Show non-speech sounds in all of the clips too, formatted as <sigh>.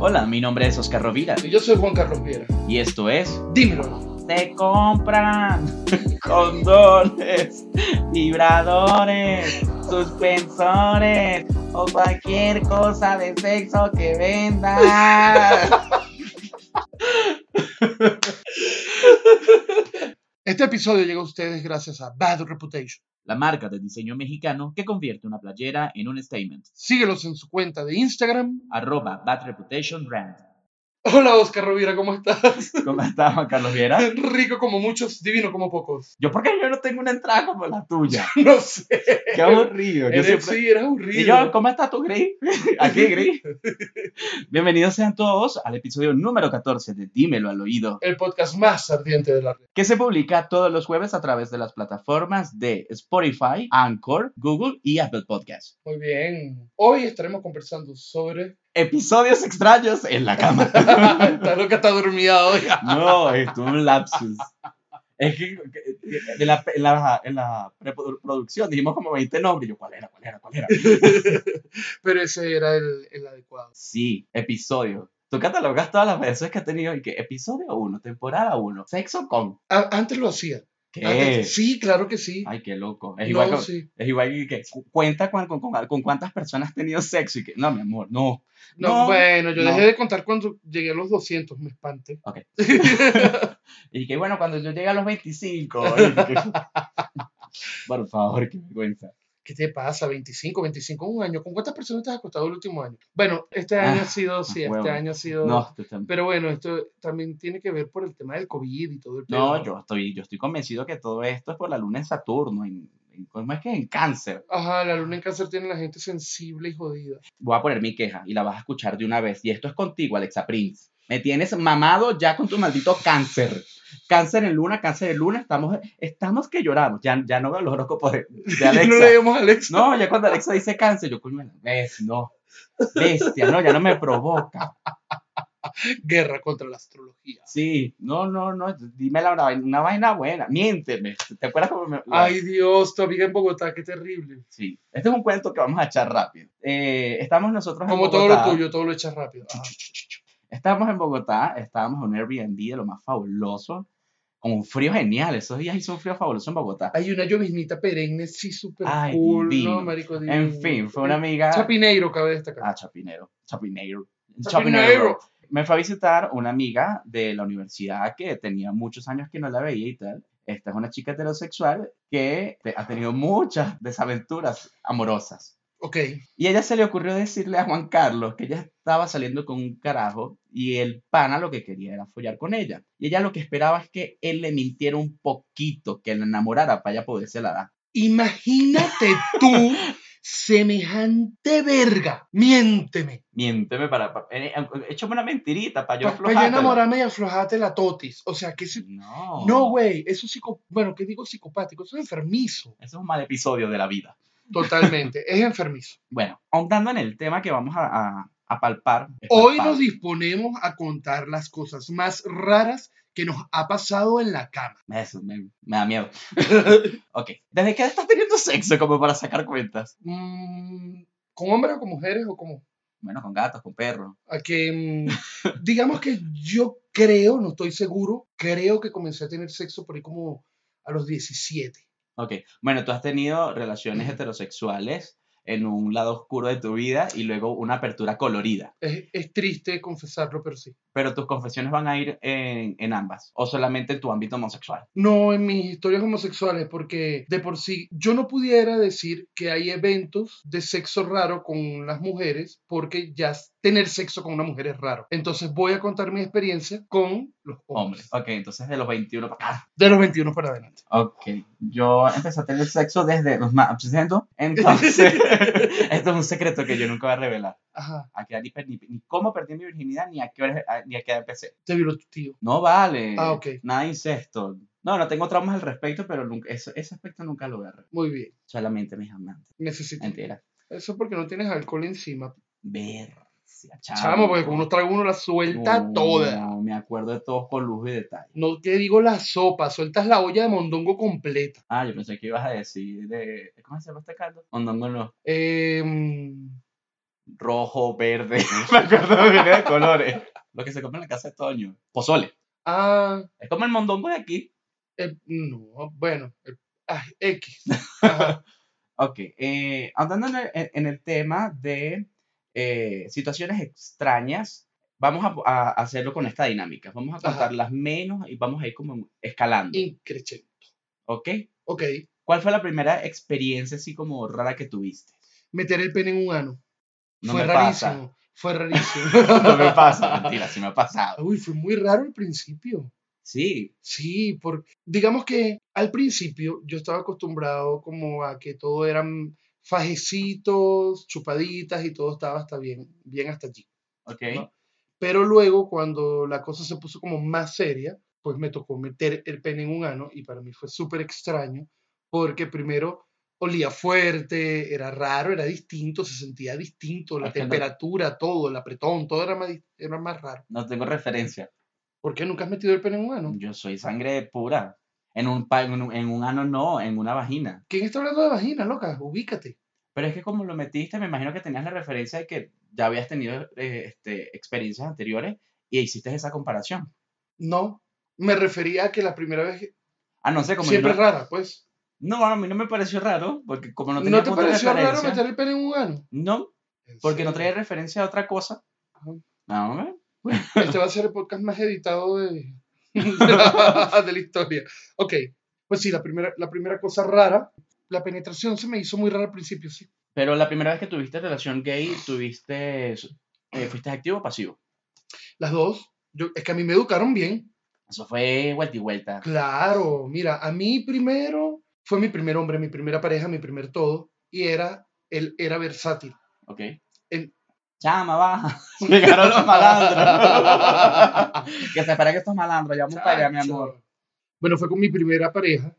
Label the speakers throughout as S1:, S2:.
S1: Hola, mi nombre es Oscar Rovira
S2: Y yo soy Juan Carlos Piera.
S1: y esto es
S2: Dímelo.
S1: Se compran <laughs> condones, vibradores, suspensores o cualquier cosa de sexo que venda.
S2: Este episodio llega a ustedes gracias a Bad Reputation.
S1: La marca de diseño mexicano que convierte una playera en un statement.
S2: Síguelos en su cuenta de Instagram.
S1: Arroba Bad Reputation Brand.
S2: Hola Oscar Rovira, ¿cómo estás?
S1: ¿Cómo está Juan Carlos Viera?
S2: Rico como muchos, divino como pocos. <laughs>
S1: Yo porque yo no tengo una entrada como la tuya.
S2: No sé.
S1: Qué aburrido. Yo
S2: Eres-
S1: siempre-
S2: Sí,
S1: Y
S2: eres
S1: yo,
S2: aburrido.
S1: ¿cómo estás tú, <laughs> Gris? Aquí, Gris. Bienvenidos sean todos al episodio número 14 de Dímelo al Oído,
S2: El podcast más ardiente de la red.
S1: que se publica todos los jueves a través de las plataformas de Spotify, Anchor, Google y Apple Podcasts.
S2: Muy bien. Hoy estaremos conversando sobre. <laughs>
S1: Episodios extraños en la cama.
S2: Está loca, está dormida hoy.
S1: <laughs> No, es un lapsus. Es que que- en la, en la- en la preproducción dijimos como 20 nombres. Yo, ¿cuál era? ¿Cuál era? ¿Cuál era?
S2: Pero ese era el, el adecuado.
S1: Sí, episodio. Tú catalogas todas las veces que ha tenido y que episodio 1, temporada 1, sexo con.
S2: A- antes lo hacía.
S1: ¿Qué?
S2: Antes- sí, claro que sí.
S1: Ay, qué loco. Es igual,
S2: No,
S1: que-
S2: sí.
S1: es igual que- que cu- cuenta con, con, con- con cuántas personas has tenido sexo y que, no, mi amor, no.
S2: No,
S1: No,
S2: bueno, yo
S1: no.
S2: dejé de contar cuando llegué a los 200, me espanté.
S1: Y que, bueno, cuando yo llegue a los 25. y
S2: <laughs>
S1: que- por favor, qué vergüenza.
S2: ¿Qué te pasa? 25, 25 un año. ¿Con cuántas personas te has acostado el último año? Bueno, este año
S1: Ah,
S2: ha sido, sí, este
S1: huevo.
S2: año ha sido...
S1: No, tú tam-
S2: Pero bueno, esto también tiene que ver por el tema del COVID y todo el
S1: no
S2: pedo.
S1: yo, estoy, yo estoy convencido que todo esto es por la luna en Saturno. En, en- ¿Cómo es que? En cáncer.
S2: Ajá, la luna en cáncer tiene a la gente sensible y jodida.
S1: Voy a poner mi queja y la vas a escuchar de una vez. Y esto es contigo, Alexa Prince. Me tienes mamado ya con tu maldito cáncer. Cáncer en luna, cáncer en luna. Estamos, estamos que lloramos. Ya, ya no veo los horóscopos de, de Alexa.
S2: <laughs> No le digamos a Alexa.
S1: No, ya cuando Alexa dice cáncer, yo coño, ves, no. Bestia, no, ya no me provoca.
S2: Guerra contra la astrología.
S1: Sí, no, no, no, dime la verdad, una vaina buena, miénteme. ¿Te acuerdas cómo me.?
S2: Ay, Dios, tu amiga en Bogotá, qué terrible.
S1: Sí, este es un cuento que vamos a echar rápido. Eh, estamos nosotros en
S2: Como todo
S1: Bogotá.
S2: lo tuyo, todo lo echas rápido. Ajá.
S1: Estábamos en Bogotá, estábamos en un Airbnb de lo más fabuloso, con un frío genial. Esos días hizo un frío fabuloso en Bogotá.
S2: Hay una lloviznita perenne, sí, súper
S1: Ay,
S2: cool,
S1: divino.
S2: ¿no, marico?
S1: En
S2: Divino. Eh,
S1: fin, fue una amiga.
S2: Chapineiro, cabe destacar.
S1: Ah, Chapinero. Chapinero.
S2: Chapinero.
S1: Chapinero. Me fue a visitar una amiga de la universidad que tenía muchos años que no la veía y tal. Esta es una chica heterosexual que te- ha tenido muchas desaventuras amorosas.
S2: Ok,
S1: Y ella se le ocurrió decirle a Juan Carlos que ella estaba saliendo con un carajo y el pana lo que quería era follar con ella. Y ella lo que esperaba es que él le mintiera un poquito, que la enamorara para ella poderse la dar.
S2: imagínate tú semejante verga. Miénteme.
S1: Miénteme para... para eh, eh, échame una mentirita para yo
S2: Para
S1: aflojar.
S2: enamorarme y aflojarte la totis. O sea, que si...
S1: No.
S2: No, güey, eso es psico... Bueno, ¿qué digo psicopático? Eso es enfermizo.
S1: <laughs> Eso es un mal episodio de la vida.
S2: Totalmente, es enfermizo.
S1: Bueno, ahondando en el tema que vamos a, a- a palpar.
S2: Hoy
S1: Palpar.
S2: nos disponemos a contar las cosas más raras que nos ha pasado en la
S1: <laughs>
S2: cama.
S1: Eso, me, me da miedo. ok. ¿Desde qué edad estás teniendo sexo como para sacar cuentas?
S2: Mm, ¿Con hombres o con mujeres o como?
S1: Bueno, con gatos, con perros.
S2: a que mm, digamos que yo creo, no estoy seguro, creo que comencé a tener sexo por ahí como a los 17.
S1: Ok. Bueno, tú has tenido relaciones heterosexuales en un lado oscuro de tu vida y luego una apertura colorida.
S2: Es, es triste confesarlo, pero sí.
S1: Pero tus confesiones van a ir en, en ambas o solamente en tu ámbito homosexual.
S2: No en mis historias homosexuales, porque de por sí yo no pudiera decir que hay eventos de sexo raro con las mujeres, porque ya s- tener sexo con una mujer es raro. Entonces voy a contar mi experiencia con los
S1: Hombre.
S2: hombres.
S1: Ok, entonces de los 21 para acá.
S2: De los 21 para adelante.
S1: Ok, yo empecé a tener sexo desde los más absento. Entonces, <laughs> esto es un secreto que yo nunca voy a revelar.
S2: Ajá,
S1: a qué edad ni, per- ni- ni cómo perdí mi virginidad, ni a qué hora, a- ni a qué edad empecé.
S2: te violó tu tío.
S1: No vale.
S2: Ah, ok.
S1: Nada de incesto. No, no tengo traumas al respecto, pero nunca, eso- ese aspecto nunca lo agarré.
S2: Muy bien,
S1: Solamente mis amantes.
S2: necesito.
S1: Mentira.
S2: Eso porque no tienes alcohol encima.
S1: Ver. Chamo,
S2: Chamo, porque con unos tragos uno la suelta
S1: No,
S2: toda.
S1: Me acuerdo de todos con lujo y detalle.
S2: No te digo la sopa, sueltas la olla de mondongo completa.
S1: Ah, yo pensé que ibas a decir de. ¿Cómo se llama este caldo? Mondongo no.
S2: Em,
S1: rojo,
S2: <laughs>
S1: verde, me acuerdo de colores. Lo que se come en la casa de Toño, pozole.
S2: Ah,
S1: Es como el mondongo de aquí.
S2: el- no, bueno, el- ah, X. Ajá.
S1: Ok, eh, andando en el, en- en el tema de eh, situaciones extrañas, vamos a, a hacerlo con esta dinámica. Vamos a
S2: Ajá.
S1: contar las menos y vamos a ir como escalando,
S2: Increchendo.
S1: ¿ok?
S2: Ok,
S1: ¿Cuál fue la primera experiencia así como rara que tuviste?
S2: meter el pene en un ano.
S1: No
S2: fue
S1: me pasa. <laughs>
S2: rarísimo. Fue rarísimo.
S1: No me pasa, mentira, sí me ha pasado.
S2: Uy, fue muy raro al principio.
S1: Sí,
S2: Sí, porque digamos que al principio yo estaba acostumbrado como a que todo eran fajecitos, chupaditas y todo estaba hasta bien, bien hasta allí.
S1: ok.
S2: No. Pero luego cuando la cosa se puso como más seria, pues me tocó meter el pene en un ano y para mí fue súper extraño porque primero olía fuerte, era raro, era distinto, se sentía distinto, la
S1: Es que no-
S2: temperatura, todo, el apretón, todo era más, di- era más raro.
S1: No tengo referencia.
S2: ¿Por qué nunca has metido el pene en un ano?
S1: Yo soy sangre pura. En un, pa- en un, en un ano no, en una vagina.
S2: ¿Quién está hablando de vagina, loca? Ubícate.
S1: Pero es que como lo metiste, me imagino que tenías la referencia de que ya habías tenido eh, este, experiencias anteriores y hiciste esa comparación.
S2: No, me refería a que la primera vez que-
S1: Ah, no sé, como yo
S2: siempre
S1: no,
S2: es rara, pues.
S1: no, a mí no me pareció raro, porque como no
S2: ¿No,
S1: tenía
S2: te
S1: punto de
S2: pareció raro
S1: referencia-
S2: meter el pene en un ano?
S1: No,
S2: ¿En
S1: porque no traía
S2: serio?
S1: referencia a otra cosa.
S2: Ajá.
S1: No, hombre.
S2: Este va a ser el podcast más editado de, <laughs> de la, de la historia. Ok, pues sí, la primera, la primera cosa rara, la penetración se me hizo muy rara al principio, sí.
S1: Pero la primera vez que tuviste relación gay, tuviste, eh, ¿fuiste activo o pasivo?
S2: Las dos, yo, es que a mí me educaron bien.
S1: Eso fue vuelta y vuelta.
S2: Claro, mira, a mí primero fue mi primer hombre, mi primera pareja, mi primer todo, y era, él era versátil.
S1: Ok.
S2: El-
S1: Chama, <laughs> baja. Llegaron los malandros. <laughs> que se espera que estos malandros. Ya vamos para allá, mi
S2: Chacho.
S1: amor.
S2: Bueno, fue con mi primera pareja,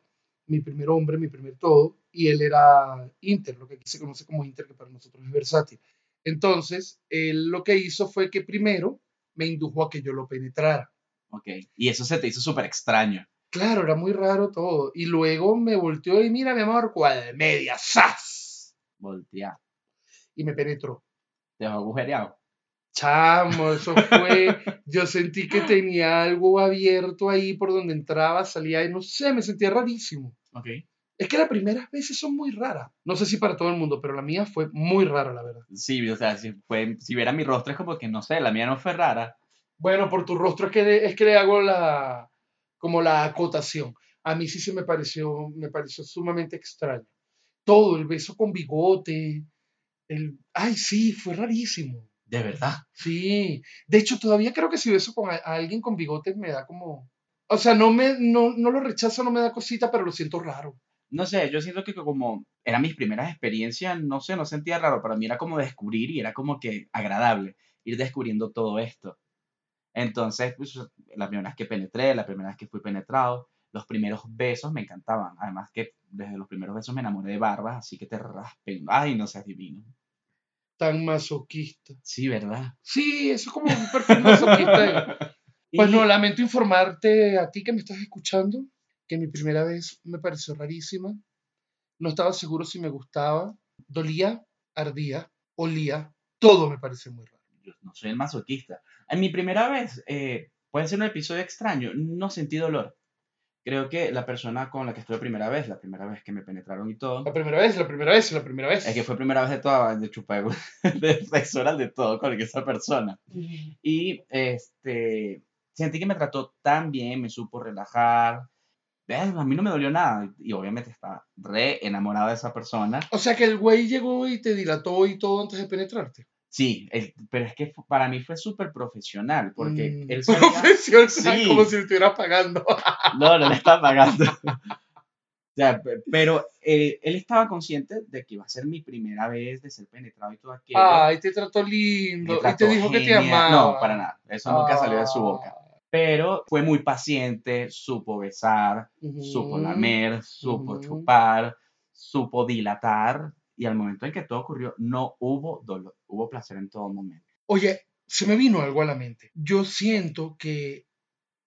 S2: mi primer hombre, mi primer todo, y él era Inter, lo que aquí se conoce como Inter, que para nosotros es versátil. Entonces, él lo que hizo fue que primero me indujo a que yo lo penetrara.
S1: Ok. Y eso se te hizo súper extraño.
S2: Claro, era muy raro todo. Y luego me volteó y mira, mi amor, cual media, ¡zas!
S1: Voltea.
S2: Y me penetró.
S1: Te dejó agujereado.
S2: Chamo, eso fue. Yo sentí que tenía algo abierto ahí por donde entraba, salía y no sé, me sentía rarísimo.
S1: Ok.
S2: Es que las primeras veces son muy raras. No sé si para todo el mundo, pero la mía fue muy rara, la verdad.
S1: Sí, o sea, si, fue, si viera mi rostro es como que no sé, la mía no fue rara.
S2: Bueno, por tu rostro es que le, es que le hago la como la acotación. A mí sí se me pareció, me pareció sumamente extraño. Todo, el beso con bigote, el... Ay, sí, fue rarísimo.
S1: De verdad.
S2: Sí. De hecho, todavía creo que si beso con a, a alguien con bigote me da como... O sea, no, me, no, no lo rechazo, no me da cosita, pero lo siento raro.
S1: No sé, yo siento que como eran mis primeras experiencias, no sé, no sentía raro. Para mí era como descubrir y era como que agradable ir descubriendo todo esto. Entonces, pues, las primeras que penetré, las primeras que fui penetrado, los primeros besos me encantaban. Además que desde los primeros besos me enamoré de barbas, así que te raspen. Ay, no seas divino.
S2: Tan masoquista.
S1: Sí, ¿verdad?
S2: Sí, eso es como un perfil masoquista. Pues
S1: Y-
S2: no, lamento informarte a ti que me estás escuchando que mi primera vez me pareció rarísima. No estaba seguro si me gustaba. Dolía, ardía, olía. Todo me pareció muy raro.
S1: yo no soy el masoquista. En mi primera vez, eh, puede ser un episodio extraño, no sentí dolor. Creo que la persona con la que estuve primera vez, la primera vez que me penetraron y todo,
S2: La primera vez, la primera vez, la primera vez.
S1: es que fue primera vez de toda, de chupar, <laughs> de sexo oral, de todo con esa persona. Y este, sentí que me trató tan bien, me supo relajar. Eh, A mí no me dolió nada y obviamente estaba re enamorado de esa persona.
S2: O sea que el güey llegó y te dilató y todo antes de penetrarte.
S1: Sí, el- pero es que fu- para mí fue súper profesional porque
S2: Mm,
S1: él
S2: <laughs>
S1: sabía-
S2: profesional,
S1: Sí.
S2: como si lo estuvieras pagando.
S1: No, no le está <laughs> pagando. O sea, pe- pero eh, él estaba consciente de que iba a ser mi primera vez de ser penetrado y todo aquello.
S2: Ay, te trató
S1: Me
S2: lindo. y
S1: trató
S2: te Ah, este dijo que te
S1: genial.
S2: amaba. Ah.
S1: No, para nada. Eso nunca salió de su boca. Pero fue muy paciente, supo besar,
S2: Ujú.
S1: supo lamer, supo
S2: Mm. ujú.
S1: chupar, supo dilatar. Y al momento en que todo ocurrió, no hubo dolor, hubo placer en todo momento.
S2: Oye, se me vino algo a la mente. Yo siento que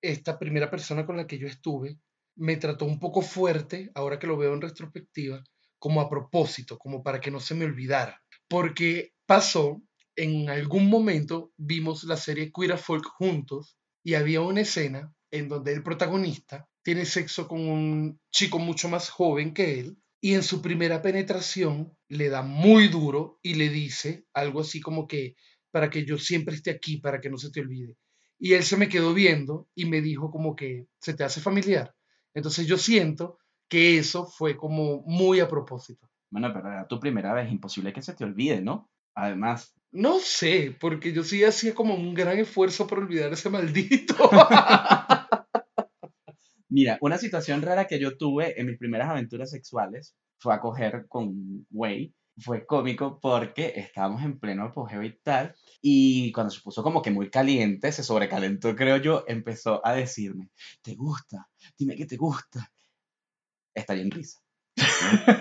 S2: esta primera persona con la que yo estuve me trató un poco fuerte, ahora que lo veo en retrospectiva, como a propósito, como para que no se me olvidara. Porque pasó en algún momento vimos la serie Queer as Folk juntos y había una escena en donde el protagonista tiene sexo con un chico mucho más joven que él y en su primera penetración le da muy duro y le dice algo así como que para que yo siempre esté aquí, para que no se te olvide. Y él se me quedó viendo y me dijo como que se te hace familiar. Entonces yo siento que eso fue como muy a propósito.
S1: Bueno, pero era tu primera vez, imposible que se te olvide, ¿no? Además.
S2: No sé, porque yo sí hacía como un gran esfuerzo por olvidar
S1: <laughs>
S2: ese maldito. <laughs>
S1: Mira, una situación rara que yo tuve en mis primeras aventuras sexuales fue a coger con Way. Fue cómico porque estábamos en pleno apogeo y tal, y cuando se puso como que muy caliente, se sobrecalentó, creo yo, empezó a decirme, ¿te gusta? Dime que te gusta. Estaría en risa.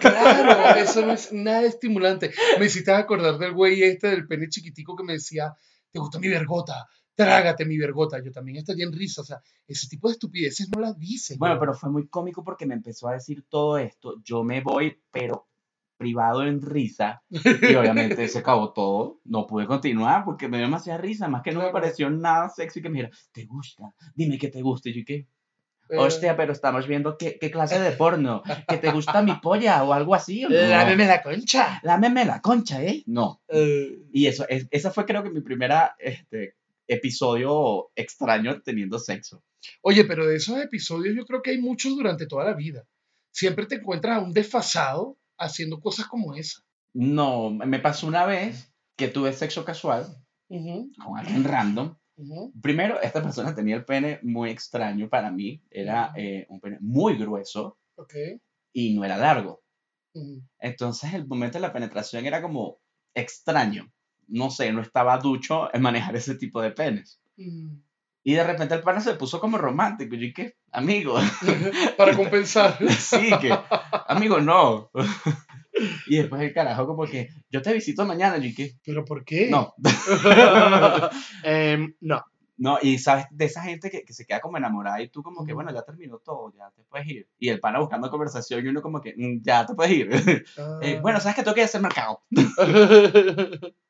S2: Claro, eso no es nada estimulante. Me hiciste acordar del güey este del pene chiquitico que me decía, ¿te gusta mi vergota? trágate mi vergota. Yo también estaría en risa. O sea, ese tipo de estupideces no las dices.
S1: Bueno, pero fue muy cómico porque me empezó a decir todo esto. Yo me voy, pero privado en risa. Y obviamente se acabó todo. No pude continuar porque me dio demasiada risa. Más que no me pareció nada sexy que me dijera, ¿te gusta? Dime que te gusta. Y yo, ¿qué?
S2: Eh.
S1: Hostia, pero estamos viendo qué, qué clase de porno. ¿Que te gusta mi polla o algo así? ¿o
S2: Eh,
S1: no?
S2: Lámeme la concha.
S1: Lámeme la concha, ¿eh? No.
S2: Eh,
S1: Y eso, es- esa fue creo que mi primera este, episodio extraño teniendo sexo.
S2: Oye, pero de esos episodios yo creo que hay muchos durante toda la vida. Siempre te encuentras a un desfasado haciendo cosas como esa.
S1: No, me pasó una vez que tuve sexo casual con alguien random. Primero, esta persona tenía el pene muy extraño para mí. Era eh, un pene muy grueso
S2: Ok.
S1: y no era largo.
S2: ujú.
S1: Entonces, el momento de la penetración era como extraño. No sé, no estaba ducho en manejar ese tipo de penes.
S2: Mm.
S1: Y de repente el pana se puso como romántico. Y yo, ¿qué? Amigo.
S2: <laughs>
S1: <laughs>
S2: Para compensar.
S1: Sí, que, amigo, no. <laughs> Y después el carajo como que, yo te visito mañana, yo que,
S2: ¿Pero por qué? <laughs>
S1: no.
S2: Em, no.
S1: No, y sabes, de esa gente que, que se queda como enamorada y tú como que,
S2: Ujú.
S1: bueno, ya terminó todo, ya te puedes ir. Y el pana buscando conversación y uno como que, "Mm, ya te puedes ir. <laughs>
S2: Ah.
S1: Eh, bueno, sabes que tengo que ir a hacer mercado.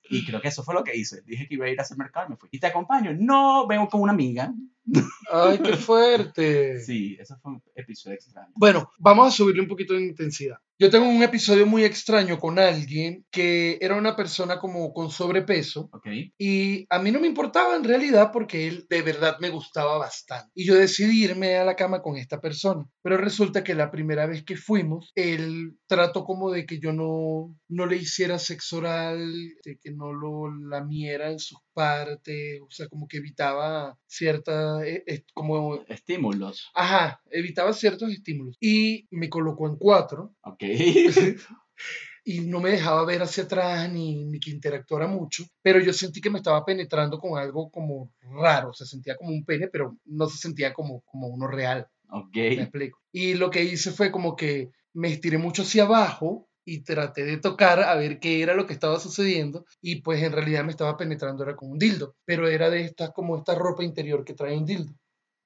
S1: Y creo que eso fue lo que hice. Dije que iba a ir a hacer mercado y me fui. Y te acompaño. No, vengo con una amiga.
S2: Ay, qué fuerte.
S1: Sí, eso fue un episodio extraño.
S2: Bueno, vamos a subirle un poquito de intensidad. Yo tengo un episodio muy extraño con alguien que era una persona como con sobrepeso
S1: ¿Ok?
S2: y a mí no me importaba en realidad porque él de verdad me gustaba bastante. Y yo decidí irme a la cama con esta persona. Pero resulta que la primera vez que fuimos, él trató como de que yo no, no le hiciera sexo oral, de que no lo lamiera en sus partes, o sea, como que evitaba cierta, eh, eh, como
S1: Estímulos.
S2: Ajá, evitaba ciertos estímulos. Y me colocó en cuatro
S1: ¿Ok? <laughs>
S2: y no me dejaba ver hacia atrás ni, ni que interactuara mucho, pero yo sentí que me estaba penetrando con algo como raro, se sentía como un pene, pero no se sentía como, como uno real,
S1: ¿Ok?
S2: me explico. Y lo que hice fue como que me estiré mucho hacia abajo y traté de tocar a ver qué era lo que estaba sucediendo y pues en realidad me estaba penetrando era con un dildo, pero era de estas como esta ropa interior que trae un dildo.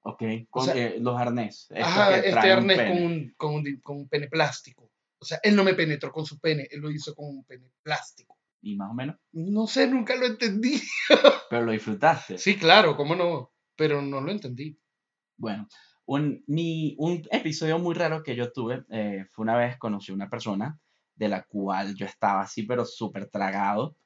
S1: Ok, con,
S2: sea-
S1: eh, los arnés. estos
S2: Ajá,
S1: que
S2: este
S1: traen un
S2: arnés con
S1: pene.
S2: un, con, un, di- con un pene plástico. O sea, él no me penetró con su pene, él lo hizo con un pene plástico.
S1: Y más o menos.
S2: No sé, nunca lo entendí.
S1: Pero lo disfrutaste.
S2: Sí, claro, cómo no, pero no lo entendí.
S1: Bueno, un, mi, un episodio muy raro que yo tuve eh, fue una vez conocí a una persona de la cual yo estaba así, pero súper tragado.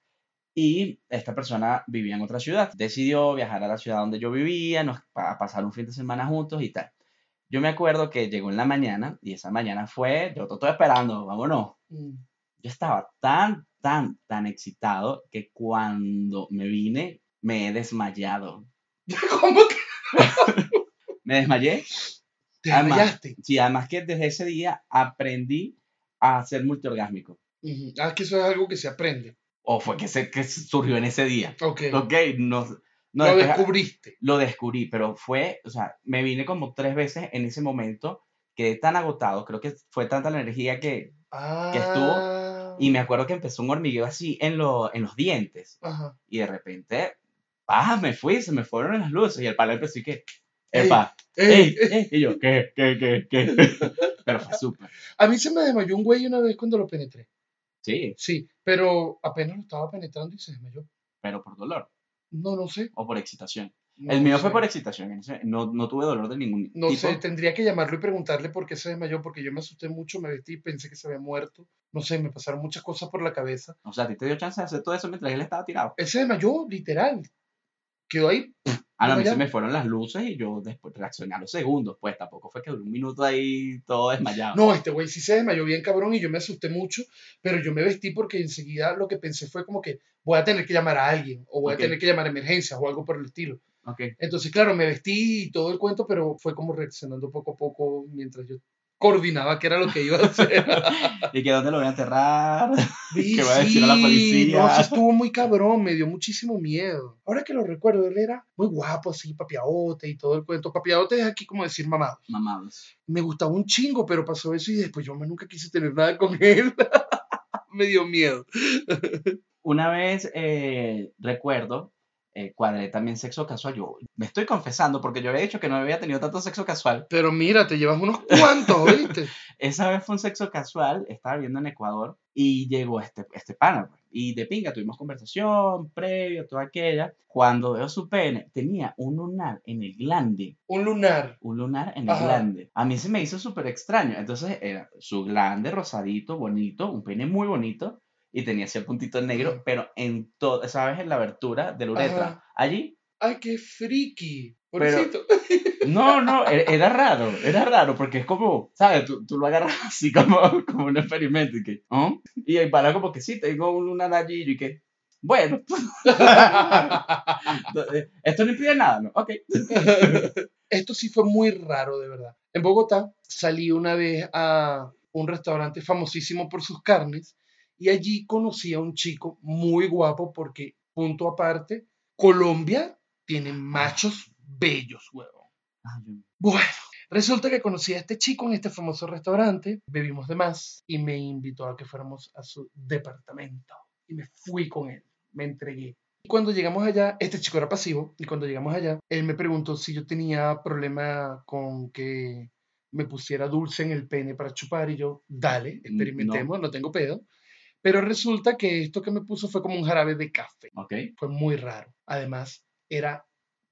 S1: Y esta persona vivía en otra ciudad. Decidió viajar a la ciudad donde yo vivía, nos, pa- a pasar un fin de semana juntos y tal. Yo me acuerdo que llegó en la mañana y esa mañana fue, yo te estoy esperando, vámonos.
S2: Mm.
S1: Yo estaba tan, tan, tan excitado que cuando me vine me he desmayado. <laughs>
S2: ¿Cómo que
S1: Me desmayé
S2: te
S1: Además-
S2: desmayaste?
S1: Sí, además que desde ese día aprendí a ser multiorgásmico.
S2: Ujú. Ah, que eso es algo que se aprende.
S1: O fue que, se, que surgió en ese día.
S2: Ok,
S1: Ok, no, no,
S2: lo
S1: después-
S2: descubriste.
S1: lo descubrí, pero fue, o sea, me vine como tres veces en ese momento, quedé tan agotado, creo que fue tanta la energía que,
S2: Ah,
S1: estuvo y me acuerdo que empezó un hormigueo así en, lo- en los dientes
S2: Ajá.
S1: y de repente, ¡pah! Me fui, se me fueron las luces y el palo empezó y que, ¡epa!
S2: Ey,
S1: ey, ey", Y yo, ¿qué? ¿Qué? ¿Qué? <laughs> ¿Qué? Pero fue súper.
S2: A mí se me desmayó un güey una vez cuando lo penetré.
S1: Sí,
S2: Sí, pero apenas lo estaba penetrando y se desmayó. No, no sé.
S1: o por excitación.
S2: No
S1: el mío
S2: sé.
S1: fue por excitación, en ese- no, no tuve dolor de ningún
S2: No
S1: tipo.
S2: sé, tendría que llamarlo y preguntarle por qué se desmayó, porque yo me asusté mucho, me vestí, pensé que se había muerto. No sé, me pasaron muchas cosas por la cabeza.
S1: O sea, a ti te dio chance de hacer todo eso mientras él estaba tirado.
S2: Él se desmayó, literal. Quedó ahí.
S1: Ah, no, a
S2: Bueno,
S1: mí se
S2: ya.
S1: me fueron las luces y yo después reaccioné a los segundos, pues tampoco fue que duré un minuto ahí todo desmayado.
S2: No, este güey sí se desmayó bien cabrón y yo me asusté mucho, pero yo me vestí porque enseguida lo que pensé fue como que voy a tener que llamar a alguien o voy
S1: Ok.
S2: a tener que llamar a emergencias o algo por el estilo.
S1: Ok,
S2: Entonces, claro, me vestí y todo el cuento, pero fue como reaccionando poco a poco mientras yo coordinaba qué era lo que iba a
S1: <laughs>
S2: hacer.
S1: ¿Y que dónde lo voy a enterrar? <laughs>
S2: Y
S1: ¿Qué va a decir a la
S2: sí,
S1: policía?
S2: No, sí estuvo muy cabrón, me dio muchísimo miedo. Ahora que lo recuerdo, él era muy guapo, así, papiaote y todo el cuento. Papiaote es aquí como decir mamá.
S1: Mamados.
S2: Me gustaba un chingo, pero pasó eso y después yo más nunca quise tener nada con él. <laughs> me dio miedo.
S1: Una vez eh, recuerdo, eh, cuadré también sexo casual. Yo me estoy confesando porque yo había dicho que no había tenido tanto sexo casual.
S2: Pero mira, te llevas unos cuantos, ¿oíste?
S1: Esa vez fue un sexo casual, estaba viendo en Ecuador y llegó este, este pana. pues, Y de pinga, tuvimos conversación previa, toda aquella. Cuando veo su pene, tenía un lunar en el glande.
S2: Un lunar.
S1: un lunar en el
S2: Ajá.
S1: glande. A mí se me hizo súper extraño. Entonces era su glande rosadito, bonito, un pene muy bonito y tenía ese puntito negro,
S2: Ajá.
S1: pero en todo, ¿sabes? En la abertura de la uretra.
S2: Ajá.
S1: Allí.
S2: Ay, qué friki.
S1: Pero-
S2: Pobrecito.
S1: No, no, e- era raro, era raro, porque es como, ¿sabes? Tú, tú lo agarras <laughs> así como, como un experimento y que, ¿ah? Y el pana como que sí, tengo un lunar allí y que, bueno, <laughs> eh, esto no impide nada, ¿no? Ok.
S2: Esto sí fue muy raro, de verdad. En Bogotá salí una vez a un restaurante famosísimo por sus carnes y allí conocí a un chico muy guapo porque, punto aparte, Colombia tiene machos bellos, huevón.
S1: Ah, yo-
S2: Bueno, resulta que conocí a este chico en este famoso restaurante, bebimos de más y me invitó a que fuéramos a su departamento. Y me fui con él, me entregué. Y cuando llegamos allá, este chico era pasivo, y cuando llegamos allá, él me preguntó si yo tenía problema con que me pusiera dulce en el pene para chupar, y yo, dale,
S1: no.
S2: experimentemos, no tengo pedo. Pero resulta que esto que me puso fue como un jarabe de café
S1: Ok.
S2: fue muy raro. Además, era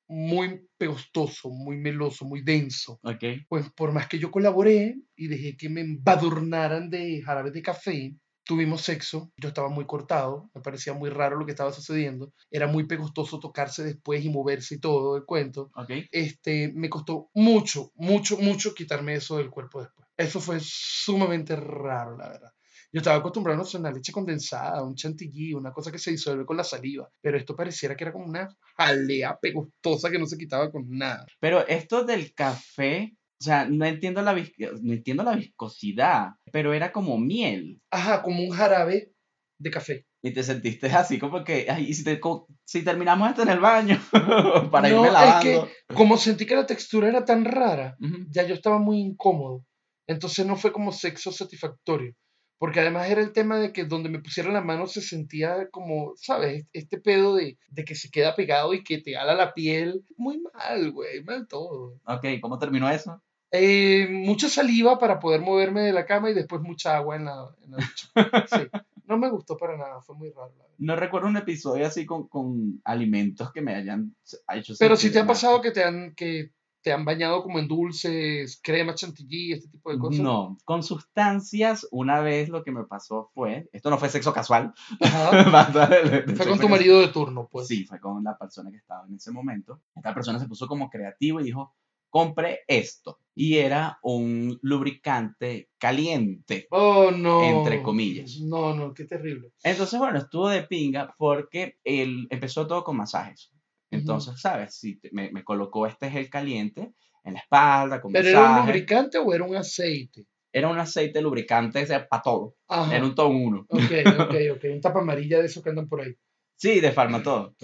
S2: muy pegostoso, muy meloso, muy denso.
S1: Ok.
S2: Pues por más que yo colaboré y dejé que me embadurnaran de jarabe de café, tuvimos sexo, yo estaba muy cortado, me parecía muy raro lo que estaba sucediendo, era muy pegostoso tocarse después y moverse y todo el cuento.
S1: Ok.
S2: Este, me costó mucho, mucho, mucho quitarme eso del cuerpo después. Eso fue sumamente raro, la verdad. Yo estaba acostumbrado a una leche condensada, un chantilly, una cosa que se disuelve con la saliva, pero esto pareciera que era como una jalea pegostosa que no se quitaba con nada.
S1: Pero esto del café, o sea, no entiendo la, vis- no entiendo la viscosidad, pero era como miel.
S2: Ajá, como un jarabe de café.
S1: Y te sentiste así como que, ay, ¿y si, te co- si terminamos esto en el baño <laughs> para irme
S2: No, es que-
S1: lavando.
S2: Como sentí que la textura era tan rara,
S1: Ujú.
S2: ya yo estaba muy incómodo. Entonces no fue como sexo satisfactorio. Porque además era el tema de que donde me pusiera la mano se sentía como, ¿sabes? Este pedo de, de que se queda pegado y que te ala la piel. Muy mal, güey, mal todo.
S1: Ok, ¿cómo terminó eso?
S2: Eh, mucha saliva para poder moverme de la cama y después mucha agua en la, en la ducha. Sí. No me gustó para nada, fue muy raro. la verdad.
S1: No recuerdo un episodio así con, con alimentos que me hayan se- ha hecho
S2: Pero
S1: sentir
S2: si te ha
S1: mal.
S2: pasado que te han, que te han bañado como en dulces, crema chantilly, este tipo de cosas.
S1: No, con sustancias, una vez lo que me pasó fue, esto no fue sexo casual, <laughs>
S2: Ajá.
S1: basta de- de sexo
S2: Fue con tu
S1: casual.
S2: marido de turno, pues.
S1: Sí, fue con la persona que estaba en ese momento. Esta persona se puso como creativo y dijo, compré esto. Y era un lubricante caliente.
S2: Oh, no.
S1: Entre comillas.
S2: No, no, qué terrible.
S1: Entonces, bueno, estuvo de pinga porque él empezó todo con masajes. Entonces, ¿sabes? Sí, te- me, me colocó este gel caliente en la espalda, con
S2: ¿Pero era un
S1: masaje.
S2: lubricante o era un aceite?
S1: Era un aceite lubricante, o sea, para todo.
S2: Ajá.
S1: Era un todo en uno.
S2: Ok, ok, ok. Un tapa amarilla de esos que andan por ahí.
S1: Sí, de
S2: <laughs>
S1: farmatodo.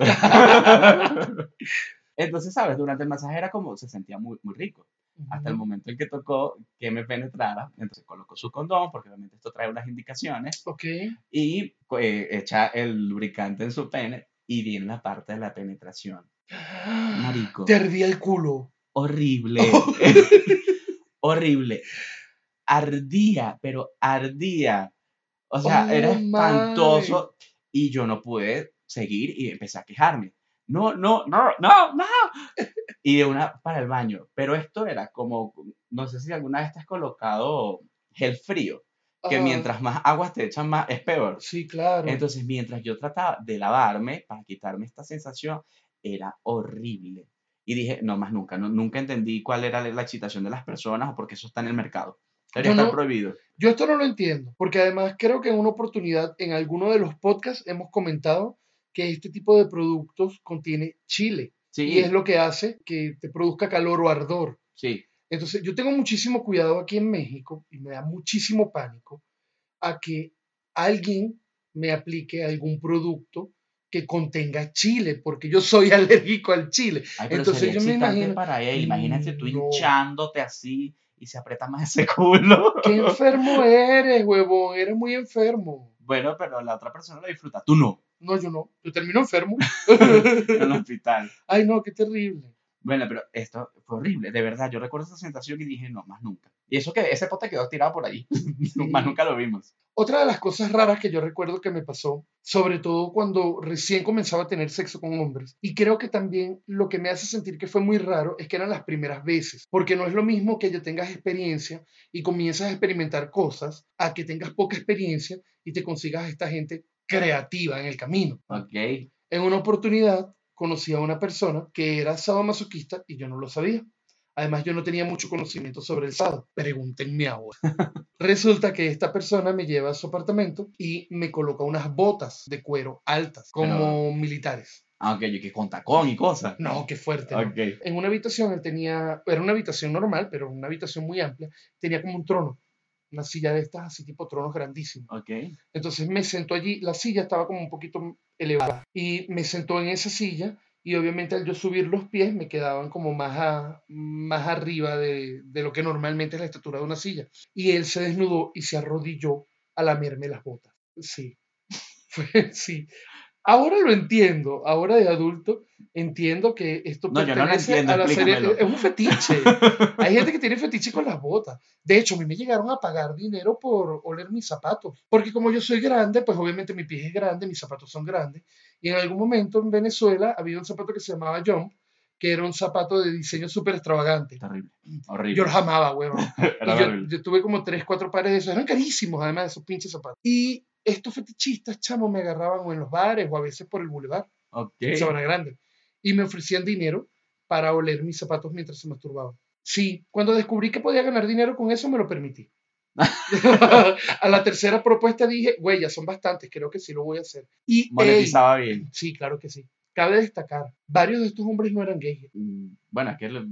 S1: Entonces, ¿sabes? Durante el masaje era como, se sentía muy, muy rico. hasta el
S2: Ujú.
S1: momento en que tocó que me penetrara. Entonces colocó su condón, porque obviamente esto trae unas indicaciones,
S2: Ok.
S1: y co- eh, echa el lubricante en su pene y viene la parte de la penetración. Marico.
S2: Te hervía el culo.
S1: Horrible.
S2: Oh.
S1: <laughs> Horrible. Ardía, pero ardía. O sea,
S2: Oh
S1: era
S2: my.
S1: espantoso y yo no pude seguir y empecé a quejarme. no, no, no, no,
S2: <laughs>
S1: no. Y de una para el baño. Pero esto era como, no sé si alguna vez te has colocado gel frío, que
S2: Ah,
S1: mientras más aguas te echan, más es peor.
S2: Sí, claro.
S1: Entonces, mientras yo trataba de lavarme para quitarme esta sensación, era horrible. Y dije, no, más nunca, no, nunca entendí cuál era la excitación de las personas o por qué eso está en el mercado. Debería
S2: Yo
S1: estar
S2: no-
S1: prohibido.
S2: Yo esto no lo entiendo, porque además creo que en una oportunidad, en alguno de los podcasts, hemos comentado que este tipo de productos contiene chile
S1: Sí,
S2: y es lo que hace que te produzca calor o ardor.
S1: sí.
S2: Entonces, yo tengo muchísimo cuidado aquí en México y me da muchísimo pánico a que alguien me aplique algún producto que contenga chile, porque yo soy <laughs> alérgico al chile.
S1: Ay, pero
S2: Entonces,
S1: sería
S2: yo me
S1: excitante
S2: imagino-
S1: para él. Imagínate tú
S2: No.
S1: hinchándote así y se aprieta más ese <laughs> culo.
S2: ¡Qué enfermo eres, huevón! Eres muy enfermo.
S1: Bueno, pero la otra persona lo disfruta, tú no,
S2: No, yo no. Yo termino enfermo. <laughs>
S1: en el hospital.
S2: Ay, no, qué terrible.
S1: Bueno, pero esto fue horrible, de verdad. Yo recuerdo esa sensación y dije, no, más nunca. Y eso que ese pote quedó tirado por ahí. <laughs> más
S2: Sí.
S1: nunca lo vimos.
S2: Otra de las cosas raras que yo recuerdo que me pasó, sobre todo cuando recién comenzaba a tener sexo con hombres, y creo que también lo que me hace sentir que fue muy raro es que eran las primeras veces, porque no es lo mismo que ya tengas experiencia y comienzas a experimentar cosas a que tengas poca experiencia y te consigas a esta gente creativa en el camino.
S1: Ok.
S2: En una oportunidad conocí a una persona que era sadomasoquista y yo no lo sabía. Además, yo no tenía mucho conocimiento sobre el sado. Pregúntenme ahora. Resulta que esta persona me lleva a su apartamento y me coloca unas botas de cuero altas, como militares.
S1: Aunque Ah, yo que con tacón y cosas.
S2: No, qué fuerte. ¿no?
S1: Ok.
S2: En una habitación él tenía, era una habitación normal, pero una habitación muy amplia, tenía como un trono, una silla de estas, así tipo tronos grandísimos.
S1: Ok.
S2: Entonces me sentó allí, la silla estaba como un poquito elevada y me sentó en esa silla y obviamente al yo subir los pies me quedaban como más, a- más arriba de, de lo que normalmente es la estatura de una silla. Y él se desnudó y se arrodilló a lamerme las botas. Sí, <laughs> fue sí. Ahora lo entiendo, ahora de adulto entiendo que esto
S1: No, yo no lo entiendo,
S2: a la serie,
S1: explícamelo.
S2: es un fetiche. Hay gente que tiene fetiche con las botas. De hecho, a mí me llegaron a pagar dinero por oler mis zapatos. Porque como yo soy grande, pues obviamente mi pie es grande, mis zapatos son grandes. Y en algún momento en Venezuela había un zapato que se llamaba Jump, que era un zapato de diseño súper extravagante.
S1: Terrible. Horrible.
S2: Yo los amaba, huevón. Y
S1: <laughs> Era
S2: yo,
S1: horrible.
S2: yo tuve como tres, cuatro pares de esos. Eran carísimos, además, esos pinches zapatos. Y estos fetichistas, chamo, me agarraban o en los bares o a veces por el bulevar,
S1: Ok.
S2: en Sabana Grande. Y me ofrecían dinero para oler mis zapatos mientras se masturbaban. Sí, cuando descubrí que podía ganar dinero con eso, me lo permití. a la tercera propuesta dije, güey, ya son bastantes, creo que sí lo voy a hacer. Y, ey,
S1: Monetizaba bien.
S2: sí, claro que sí. Cabe destacar, varios de estos hombres no eran gays.
S1: Mm, Bueno, es que el,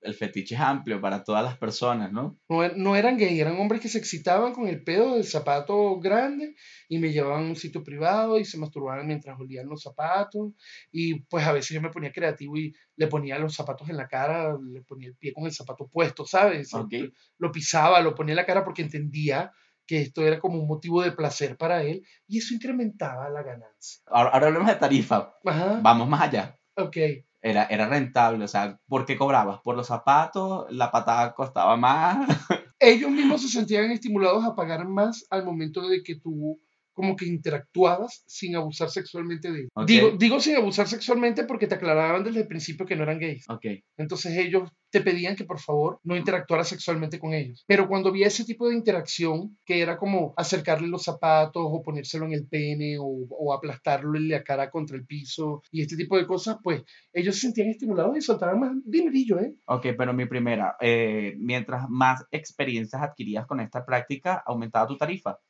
S1: el fetiche es amplio para todas las personas, ¿no?
S2: No, er- no eran gays, eran hombres que se excitaban con el pedo del zapato grande y me llevaban a un sitio privado y se masturbaban mientras olían los zapatos. Y pues a veces yo me ponía creativo y le ponía los zapatos en la cara, le ponía el pie con el zapato puesto, ¿sabes?
S1: Ok.
S2: Lo pisaba, lo ponía en la cara porque entendía que esto era como un motivo de placer para él y eso incrementaba la ganancia.
S1: Ahora, ahora hablemos de tarifa.
S2: Ajá,
S1: Vamos más allá.
S2: ok.
S1: Era, era rentable, o sea, ¿por qué cobrabas? ¿Por los zapatos? ¿La patada costaba más? <laughs>
S2: ellos mismos se sentían estimulados a pagar más al momento de que tú como que interactuabas sin abusar sexualmente de ellos.
S1: Ok.
S2: Digo, digo sin abusar sexualmente porque te aclaraban desde el principio que no eran gays.
S1: Ok.
S2: Entonces ellos te pedían que por favor no interactuaras sexualmente con ellos. Pero cuando había ese tipo de interacción, que era como acercarle los zapatos o ponérselo en el pene o, o aplastarlo en la cara contra el piso y este tipo de cosas, pues ellos se sentían estimulados y soltaban más dinerillo, ¿eh?
S1: Ok, pero mi primera, eh, mientras más experiencias adquirías con esta práctica, aumentaba tu tarifa.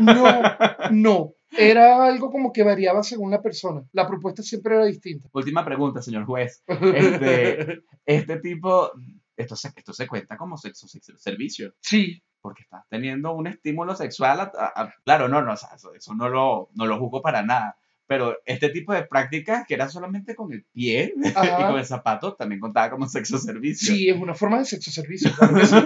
S2: No, no. Era algo como que variaba según la persona. La propuesta siempre era distinta.
S1: Última pregunta, señor
S2: <laughs>
S1: juez. Este, este tipo, esto se, esto se cuenta como sexo, sexo- servicio,
S2: Sí,
S1: porque estás teniendo un estímulo sexual. a- a- a- claro, no, no, o sea, eso, eso no, lo, no lo juzgo para nada. Pero este tipo de prácticas que era solamente con el pie <laughs> y con
S2: ajá.
S1: el zapato, también contaba como sexo servicio.
S2: Sí, es una forma de sexo servicio.
S1: <laughs>
S2: claro que sí.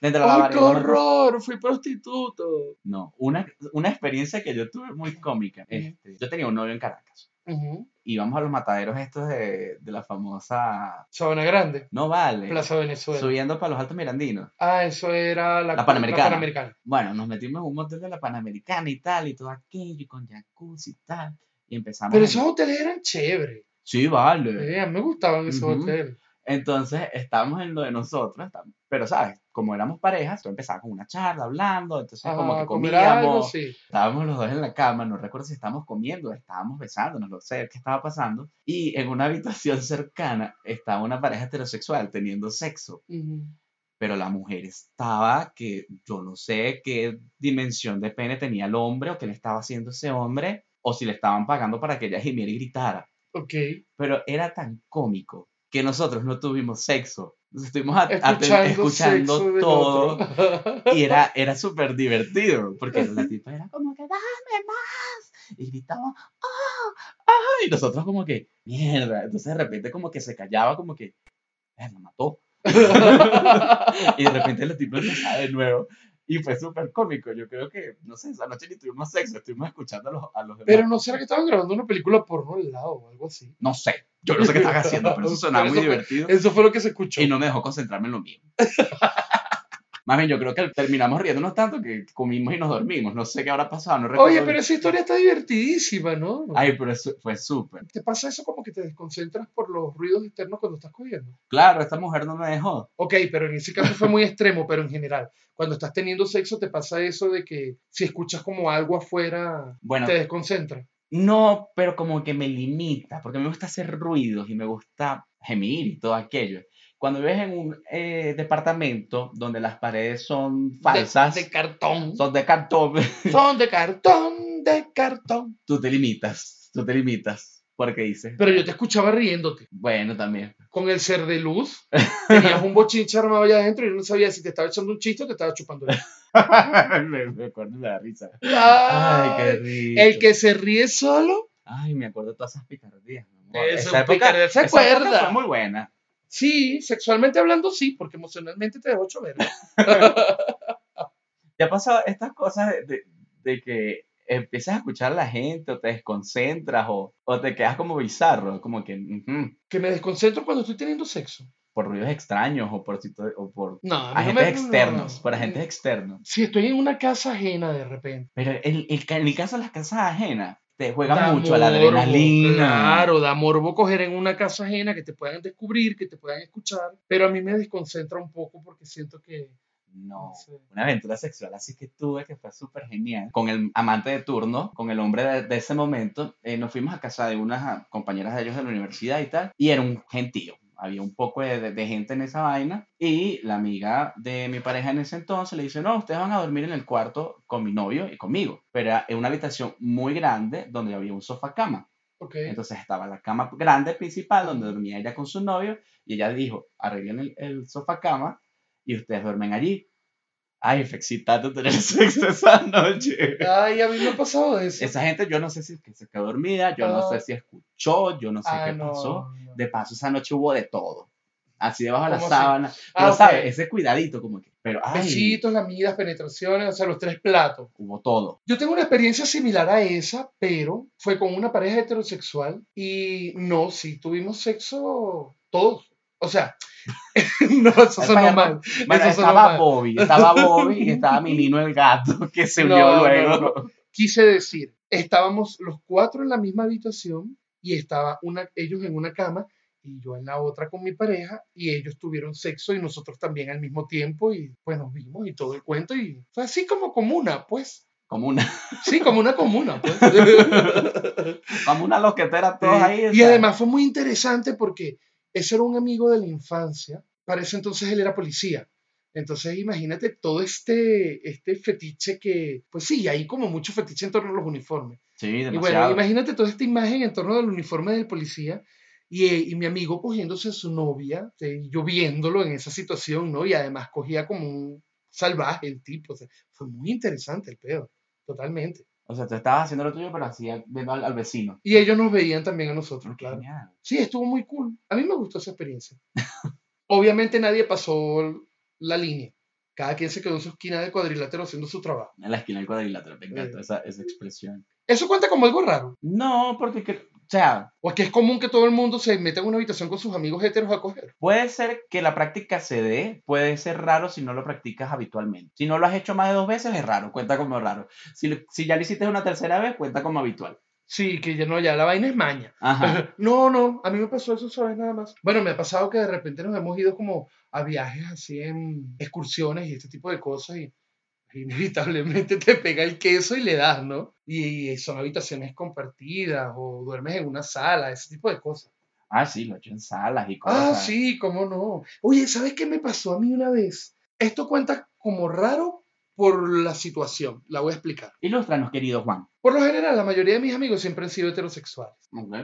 S1: Dentro
S2: <laughs>
S1: de la
S2: ¡Ay, qué
S1: variedad-
S2: horror! Fui prostituto.
S1: No, una, una experiencia que yo tuve muy cómica. Este, yo tenía un novio en Caracas.
S2: Ujú.
S1: íbamos a los mataderos estos de, de la famosa
S2: Sabana Grande,
S1: No Vale,
S2: Plaza Venezuela.
S1: subiendo para los Altos Mirandinos.
S2: Ah, eso era la,
S1: La Panamericana.
S2: Panamericana.
S1: Bueno, nos metimos en un motel de la Panamericana y tal, y todo aquello, y con jacuzzi y tal. y empezamos.
S2: Pero
S1: en-
S2: esos hoteles eran chéveres.
S1: Sí, vale.
S2: Eh, a mí me gustaban esos
S1: Ujú.
S2: hoteles.
S1: Entonces, estábamos en lo de nosotros, estábamos- pero sabes, como éramos parejas, yo empezaba con una charla, hablando, entonces como
S2: Ah,
S1: que
S2: comer algo,
S1: comíamos,
S2: sí.
S1: estábamos los dos en la cama, no recuerdo si estábamos comiendo, estábamos besándonos, no sé qué estaba pasando, y en una habitación cercana estaba una pareja heterosexual teniendo sexo,
S2: Ujú.
S1: pero la mujer estaba que yo no sé qué dimensión de pene tenía el hombre o qué le estaba haciendo ese hombre, o si le estaban pagando para que ella gimiera y gritara
S2: Ok.
S1: pero era tan cómico que nosotros no tuvimos sexo. Nos estuvimos a- aten-
S2: Escuchando,
S1: escuchando
S2: sexo del
S1: todo
S2: otro.
S1: y era, era súper divertido porque la tipa era como que dame más y gritaba ¡ah! ¡ah! y nosotros como que mierda. Entonces de repente como que se callaba como que "Eh, la mató <laughs> y de repente la tipa empezaba de nuevo. Y fue súper cómico. Yo creo que, no sé, esa noche ni tuvimos sexo, estuvimos escuchando a los, a los demás.
S2: Pero no será que estaban grabando una película por un lado o algo así.
S1: No sé, yo no sé qué estaban haciendo, pero eso sonaba
S2: <laughs> Pero
S1: muy
S2: eso fue-
S1: divertido.
S2: Eso fue lo que se escuchó.
S1: Y no me dejó concentrarme en lo mío. <laughs> Más bien, yo creo que terminamos riéndonos tanto que comimos y nos dormimos. No sé qué habrá pasado, no recuerdo.
S2: Oye,
S1: bien.
S2: pero esa historia está divertidísima, ¿no?
S1: Ay, pero eso fue súper.
S2: ¿Te pasa eso como que te desconcentras por los ruidos externos cuando estás cogiendo?
S1: Claro, esta mujer no me dejó.
S2: Ok, pero en ese caso fue muy extremo, pero en general, cuando estás teniendo sexo te pasa eso de que si escuchas como algo afuera
S1: Bueno,
S2: te desconcentra.
S1: no, pero como que me limita, porque me gusta hacer ruidos y me gusta gemir y todo aquello. Cuando vives en un eh, departamento donde las paredes son falsas,
S2: De, de cartón.
S1: son de cartón, <laughs>
S2: Son de cartón, de cartón.
S1: tú te limitas, tú te limitas, porque dices,
S2: Pero yo te escuchaba riéndote.
S1: bueno,
S2: <laughs>
S1: también.
S2: Con el ser
S1: <laughs>
S2: de luz, tenías un bochinche armado allá adentro y yo no sabía si te estaba echando un chiste o te estaba chupando. el-
S1: me, me acuerdo de la risa. Ay, qué
S2: Ay,
S1: rico.
S2: el que se ríe solo.
S1: Ay, me acuerdo de todas esas picardías. mi amor.
S2: Eso,
S1: Esa época-
S2: picardía, ¿se
S1: esa época
S2: acuerda?
S1: fue muy buena.
S2: Sí, sexualmente hablando sí, porque emocionalmente te dejo chover.
S1: ¿Te ha pasado estas cosas de, de- de que empiezas a escuchar a la gente o te desconcentras o, o te quedas como bizarro, como que ujú,
S2: Que me desconcentro cuando estoy teniendo sexo.
S1: por ruidos extraños o por, situ- o por
S2: No, a mí no
S1: agentes
S2: me-
S1: externos,
S2: no.
S1: por agentes externos.
S2: Si estoy en una casa ajena de repente.
S1: Pero en, en ca- en el caso de las casas ajenas, te juega
S2: da
S1: mucho a la
S2: morbo,
S1: adrenalina.
S2: Claro, da morbo coger en una casa ajena que te puedan descubrir, que te puedan escuchar. Pero a mí me desconcentra un poco porque siento que.
S1: No,
S2: Sí.
S1: una aventura sexual así que tuve que fue súper genial. Con el amante de turno, con el hombre de, de ese momento, eh, nos fuimos a casa de unas ah, compañeras de ellos de la universidad y tal, y era un gentío. Había un poco de, de- de gente en esa vaina y la amiga de mi pareja en ese entonces le dice, no, ustedes van a dormir en el cuarto con mi novio y conmigo. Pero era en una habitación muy grande donde había un sofá cama.
S2: Ok.
S1: Entonces estaba la cama grande principal donde
S2: Ujú.
S1: dormía ella con su novio y ella dijo, arreglen el, el sofá cama y ustedes duermen allí. Ay, fue excitante tener <laughs> sexo esa noche.
S2: Ay, a mí me ha pasado eso.
S1: Esa gente yo no sé si es que se quedó dormida, yo no
S2: Ah.
S1: sé si escuchó, yo no sé
S2: Ah,
S1: qué
S2: no,
S1: pasó.
S2: no.
S1: De paso esa noche hubo de todo. Así debajo de la
S2: ¿Cómo así?
S1: sábana.
S2: Ah,
S1: pero
S2: ok.
S1: sabes, ese cuidadito como que, pero ay,
S2: Besitos, lamidas, penetraciones, o sea, los tres platos.
S1: hubo todo.
S2: Yo tengo una experiencia similar a esa, pero fue con una pareja heterosexual y no, sí, tuvimos sexo todos. O sea, <laughs> no, eso
S1: Ay,
S2: sonó
S1: vaya,
S2: mal.
S1: Bueno,
S2: <laughs> Eso sonó
S1: estaba
S2: mal.
S1: Bobby, estaba Bobby y estaba
S2: <laughs>
S1: Minino el gato que se
S2: No,
S1: unió
S2: no,
S1: luego.
S2: no. Quise decir, estábamos los cuatro en la misma habitación y estaba una, ellos en una cama y yo en la otra con mi pareja y ellos tuvieron sexo y nosotros también al mismo tiempo y pues nos vimos y todo el cuento y fue así como comuna, pues.
S1: Como una
S2: Sí, como una comuna, pues.
S1: Como una loquetera todos
S2: Sí,
S1: ahí. o
S2: Eh, Y
S1: sea,
S2: además fue muy interesante porque ese era un amigo de la infancia. Para ese entonces él era policía. Entonces imagínate todo este, este fetiche que, pues sí, hay como mucho fetiche en torno a los uniformes.
S1: Sí,
S2: Y bueno,
S1: demasiado.
S2: imagínate toda esta imagen en torno al uniforme del policía y, eh, y mi amigo cogiéndose a su novia, eh, y yo viéndolo en esa situación, ¿no? Y además cogía como un salvaje el tipo. o sea, fue muy interesante el pedo, totalmente.
S1: O sea, tú estabas haciendo lo tuyo, pero hacía viendo al, al vecino.
S2: Y ellos nos veían también a nosotros,
S1: Qué
S2: claro.
S1: genial.
S2: Sí, estuvo muy cool. A mí me gustó esa experiencia. <laughs> Obviamente nadie pasó la línea. Cada quien se quedó en su esquina de cuadrilátero haciendo su trabajo.
S1: En la esquina del cuadrilátero, me encanta
S2: Eh.
S1: esa, esa expresión.
S2: Eso cuenta como algo raro.
S1: No, porque, que- o sea,
S2: O es que es común que todo el mundo se meta en una habitación con sus amigos heteros a coger.
S1: puede ser que la práctica se dé, puede ser raro si no lo practicas habitualmente. Si no lo has hecho más de dos veces, es raro, cuenta como raro. Si, lo- si ya lo hiciste una tercera vez, cuenta como habitual.
S2: Sí, que ya no, ya la vaina es maña. <laughs>
S1: Ajá.
S2: No, no, a mí me pasó eso, ¿sabes? Nada más. Bueno, me ha pasado que de repente nos hemos ido como a viajes así en excursiones y este tipo de cosas y inevitablemente te pega el queso y le das, ¿no? Y, y son habitaciones compartidas o duermes en una sala, ese tipo de cosas.
S1: Ah, sí, lo he hecho en salas y cosas.
S2: Ah, sí, cómo no. Oye, ¿sabes qué me pasó a mí una vez? Esto cuenta como raro por la situación, la voy a explicar.
S1: Ilústranos, querido Juan.
S2: Por lo general, la mayoría de mis amigos siempre han sido heterosexuales.
S1: Ok.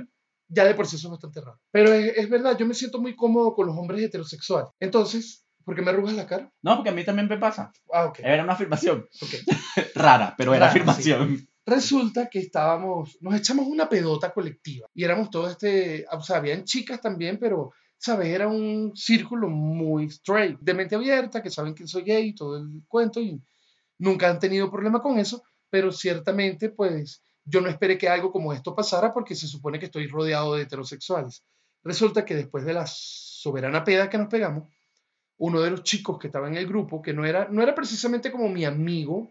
S2: ya de por sí eso es bastante raro. Pero es, es verdad, yo me siento muy cómodo con los hombres heterosexuales. Entonces, ¿por qué me arrugas la cara?
S1: No, porque a mí también me pasa.
S2: Ah, ok.
S1: Era una afirmación.
S2: ok.
S1: Rara, pero era
S2: Rara, sí.
S1: afirmación.
S2: Resulta que estábamos, nos echamos una pedota colectiva y éramos todos este, o sea, habían chicas también, pero, ¿sabes? Era un círculo muy straight, de mente abierta, que saben que soy gay y todo el cuento y nunca han tenido problema con eso, pero ciertamente, pues, yo no esperé que algo como esto pasara porque se supone que estoy rodeado de heterosexuales. Resulta que después de la soberana peda que nos pegamos, uno de los chicos que estaba en el grupo, que no era, no era precisamente como mi amigo,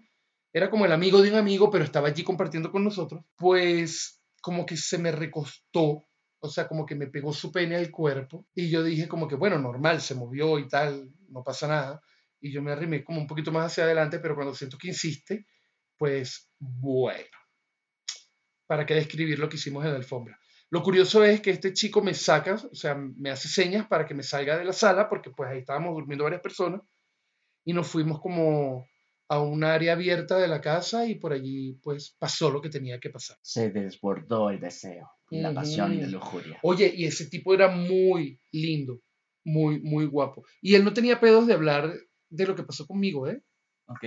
S2: era como el amigo de un amigo, pero estaba allí compartiendo con nosotros, pues como que se me recostó, o sea, como que me pegó su pene al cuerpo y yo dije como que, bueno, normal, se movió y tal, no pasa nada. Y yo me arrimé como un poquito más hacia adelante, pero cuando siento que insiste, pues bueno, ¿para qué describir lo que hicimos en la alfombra? Lo curioso es que este chico me saca, o sea, me hace señas para que me salga de la sala, porque pues ahí estábamos durmiendo varias personas, y nos fuimos como a un área abierta de la casa y por allí pues pasó lo que tenía que pasar.
S1: Se desbordó el deseo, y la pasión y la
S2: Ujú.
S1: lujuria.
S2: Oye, y ese tipo era muy lindo, muy, muy guapo. Y él no tenía pedos de hablar de lo que pasó conmigo, ¿eh?
S1: Ok.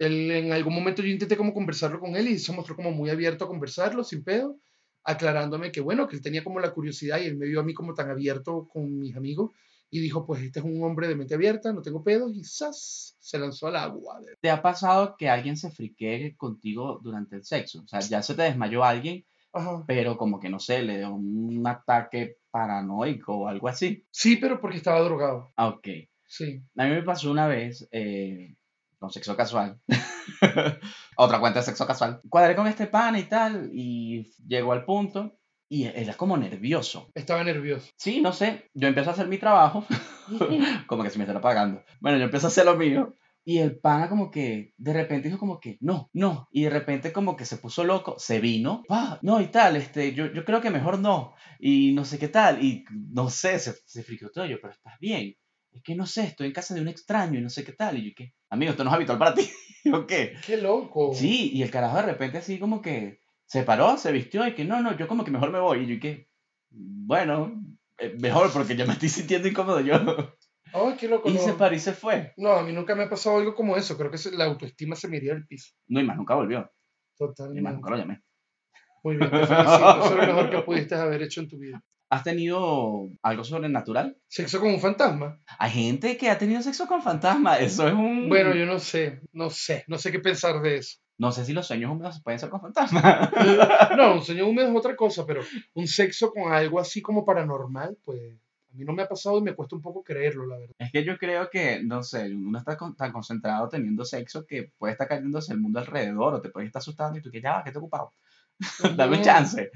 S2: Él, en algún momento yo intenté como conversarlo con él y se mostró como muy abierto a conversarlo, sin pedo, aclarándome que bueno, que él tenía como la curiosidad y él me vio a mí como tan abierto con mis amigos y dijo, pues este es un hombre de mente abierta, no tengo pedos y ¡zas! se lanzó al agua.
S1: ¿Te ha pasado que alguien se friquee contigo durante el sexo? O sea, ya se te desmayó alguien,
S2: Ajá.
S1: pero como que no sé, le dio un ataque paranoico o algo así.
S2: Sí, pero porque estaba drogado.
S1: Ah, ok.
S2: Sí.
S1: A mí me pasó una vez eh, con sexo casual. <laughs> Otra cuenta de sexo casual. Cuadré con este pana y tal, y llegó al punto, y e- era como nervioso.
S2: Estaba nervioso.
S1: <laughs> Sí, no sé, yo empiezo a hacer mi trabajo, como que se me estará pagando. Bueno, yo empiezo a hacer lo mío, y el pana como que, de repente dijo como que, no, no, y de repente como que se puso loco, se vino, "Ah, no, y tal, este, yo, yo creo que mejor no, y no sé qué tal, y no sé, se, se friqueó todo, yo, pero estás bien es que no sé, estoy en casa de un extraño y no sé qué tal. Y yo, ¿qué? Amigo, esto no es habitual para ti. <laughs> ¿O qué?
S2: Qué loco.
S1: Sí, y el carajo de repente así como que se paró, se vistió y que no, no, yo como que mejor me voy. Y yo, ¿qué? Bueno, eh, mejor porque yo me estoy sintiendo incómodo yo.
S2: Ay, qué loco.
S1: Y se
S2: No.
S1: paró y se fue.
S2: No, a mí nunca me ha pasado algo como eso. Creo que se- la autoestima se me iría al piso.
S1: No, y más nunca volvió. Y más
S2: Totalmente.
S1: nunca lo llamé.
S2: Muy bien. te felicito. Eso es lo mejor que pudiste haber hecho en tu vida.
S1: ¿Has tenido algo sobrenatural?
S2: ¿Sexo con un fantasma?
S1: Hay gente que ha tenido sexo con fantasmas. Eso es un...
S2: Bueno, yo no sé. No sé. No sé qué pensar de eso.
S1: No sé si los sueños húmedos se pueden hacer con fantasmas. <laughs>
S2: No, un sueño húmedo es otra cosa, pero un sexo con algo así como paranormal, pues a mí no me ha pasado y me cuesta un poco creerlo, la verdad.
S1: Es que yo creo que, no sé, uno está con- tan concentrado teniendo sexo que puede estar cayéndose el mundo alrededor o te puede estar asustando y tú que ya, va, que te ocupado. <laughs> Dame
S2: Ujú,
S1: chance.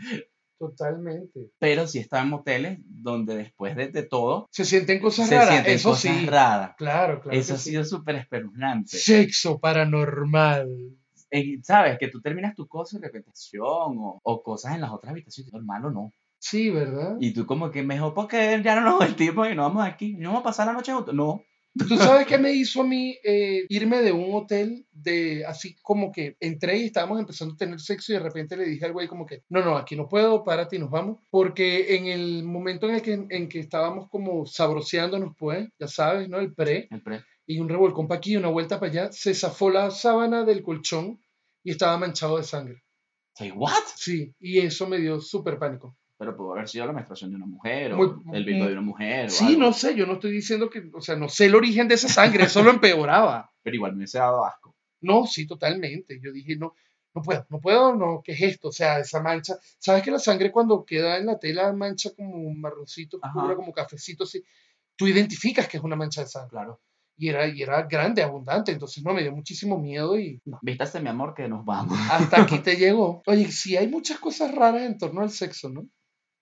S2: Totalmente.
S1: Pero sí está en moteles donde después de, de todo
S2: Se sienten cosas
S1: se
S2: raras.
S1: sienten
S2: eso
S1: cosas
S2: sí.
S1: raras.
S2: Claro, claro.
S1: Eso
S2: que
S1: ha
S2: sí.
S1: sido súper espeluznante.
S2: Sexo paranormal.
S1: Eh, Sabes que tú terminas tu cosa y repetición o, o cosas en las otras habitaciones, normal o no.
S2: Sí, ¿verdad?
S1: Y tú como que mejor porque ya no nos vestimos y no vamos aquí, no vamos a pasar la noche juntos. No.
S2: ¿Tú sabes qué me hizo a mí eh, irme de un hotel de así como que entré y estábamos empezando a tener sexo y de repente le dije al güey como que, no, no, aquí no puedo, párate y nos vamos. Porque en el momento en el que, en que estábamos como sabroseándonos, pues, ya sabes, ¿no? El pre
S1: El pre-
S2: y un revolcón para aquí y una vuelta para allá, se zafó la sábana del colchón y estaba manchado de sangre.
S1: Say what?
S2: Sí, y eso me dio súper pánico.
S1: Pero pudo haber sido la menstruación de una mujer o
S2: Muy-
S1: el
S2: muy-
S1: bico de una mujer. o
S2: Sí,
S1: algo.
S2: no sé, yo no estoy diciendo que, o sea, no sé el origen de esa sangre, eso lo empeoraba.
S1: pero igual me hubiese dado asco.
S2: No, sí, totalmente. Yo dije, no, no puedo, no puedo, no, ¿qué es esto? O sea, esa mancha. ¿Sabes que la sangre cuando queda en la tela mancha como un marroncito,
S1: Ajá.
S2: oscura, como cafecito, así? Tú identificas que es una mancha de sangre.
S1: Claro.
S2: y era, y era grande, abundante, entonces no, me dio muchísimo miedo
S1: <laughs>
S2: y no.
S1: Vístase, mi amor, que nos vamos. <laughs>
S2: hasta aquí te llegó. Oye, sí hay muchas cosas raras en torno al sexo, ¿no?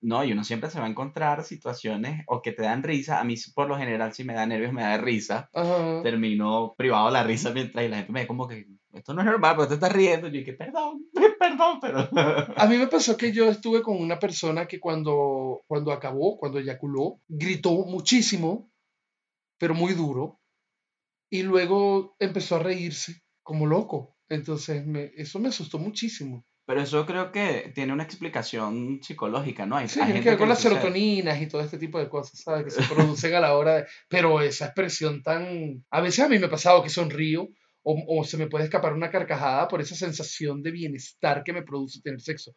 S1: No, y uno siempre se va a encontrar situaciones o que te dan risa. A mí, por lo general, si me da nervios, me da risa.
S2: Ajá.
S1: Termino privado de la risa mientras y la gente me ve como que esto no es normal, pero te estás riendo. Yo dije, perdón, <laughs> perdón, pero.
S2: A mí me pasó que yo estuve con una persona que cuando, cuando acabó, cuando eyaculó, gritó muchísimo, pero muy duro, y luego empezó a reírse como loco. Entonces, me, eso me asustó muchísimo.
S1: Pero eso creo que tiene una explicación psicológica, ¿no? Hay,
S2: Sí,
S1: hay
S2: tiene
S1: gente
S2: que ver con
S1: le
S2: las
S1: sucede.
S2: serotoninas y todo este tipo de cosas, ¿sabes? Que se producen a la hora de... Pero esa expresión tan... A veces a mí me ha pasado que sonrío o, o se me puede escapar una carcajada por esa sensación de bienestar que me produce tener sexo.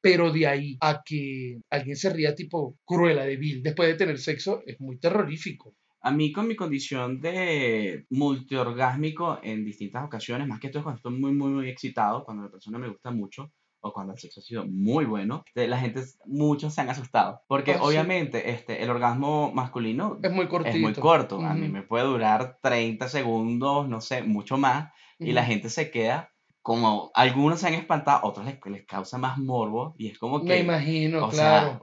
S2: Pero de ahí a que alguien se ría tipo cruela, de vil, después de tener sexo, es muy terrorífico.
S1: A mí con mi condición de multiorgásmico en distintas ocasiones, más que todo cuando estoy muy, muy, muy excitado, cuando la persona me gusta mucho o cuando el sexo ha sido muy bueno, este, la gente, muchos se han asustado. Porque
S2: Ah, sí.
S1: obviamente este, el orgasmo masculino
S2: Es muy cortito.
S1: es muy corto. A mí
S2: Ujú.
S1: me puede durar 30 segundos, no sé, mucho más. Y la
S2: Ujú.
S1: gente se queda como, algunos se han espantado, otros les, les causa más morbo. Y es como que...
S2: Me imagino,
S1: O sea,
S2: claro.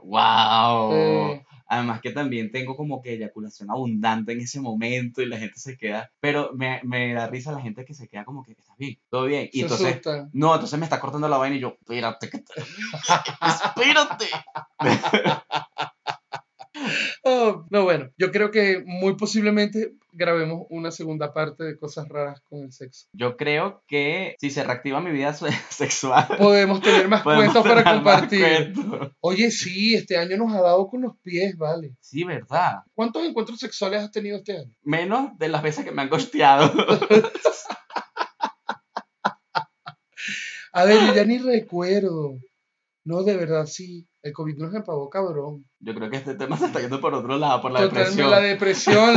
S1: wow.
S2: Eh.
S1: Además que también tengo como que eyaculación abundante en ese momento y la gente se queda, pero me, me da risa la gente que se queda como que estás bien, todo bien. Y
S2: se
S1: entonces,
S2: asustan.
S1: no, entonces me está cortando la vaina y yo, espérate, que te- <laughs> espérate.
S2: Oh, no, bueno, yo creo que muy posiblemente grabemos una segunda parte de cosas raras con el sexo.
S1: Yo creo que si se reactiva mi vida se- <laughs> sexual,
S2: Podemos tener más
S1: <laughs> podemos
S2: cuentos para
S1: tener más
S2: compartir.
S1: cuentos.
S2: Oye, sí, este año nos ha dado con los pies, vale.
S1: Sí, ¿verdad?
S2: ¿Cuántos encuentros sexuales has tenido este año?
S1: Menos de las veces que me han costeado.
S2: A ver, yo ya ni recuerdo. No, de verdad, sí. El COVID nos empavó, cabrón.
S1: <laughs> Yo creo que este tema se está yendo por otro lado, por la
S2: Totalmente
S1: depresión.
S2: la depresión,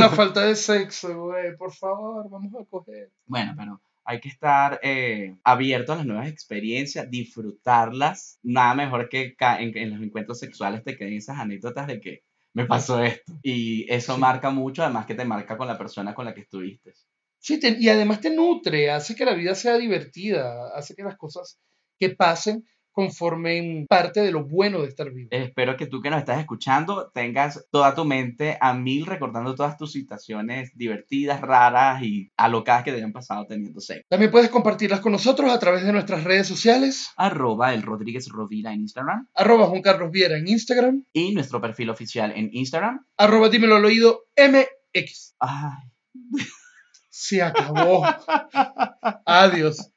S1: <laughs>
S2: la falta de sexo, güey. Por favor, vamos a coger.
S1: Bueno, pero hay que estar eh, abierto a las nuevas experiencias, disfrutarlas. Nada mejor que ca- en, en los encuentros sexuales te queden esas anécdotas de que me pasó esto. Y eso
S2: Sí.
S1: marca mucho, además que te marca con la persona con la que estuviste.
S2: Sí, te- y además te nutre, hace que la vida sea divertida, hace que las cosas que pasen conformen parte de lo bueno de estar vivo.
S1: Espero que tú que nos estás escuchando tengas toda tu mente a mil recordando todas tus situaciones divertidas, raras y alocadas que te hayan pasado teniendo sexo.
S2: También puedes compartirlas con nosotros a través de nuestras redes sociales.
S1: Arroba el Rodríguez Rovira en Instagram
S2: arroba Juan Carlos Viera en Instagram,
S1: y nuestro perfil oficial en Instagram. Ah,
S2: arroba dímelo al oído MX.
S1: Ay,
S2: Se acabó. Adiós.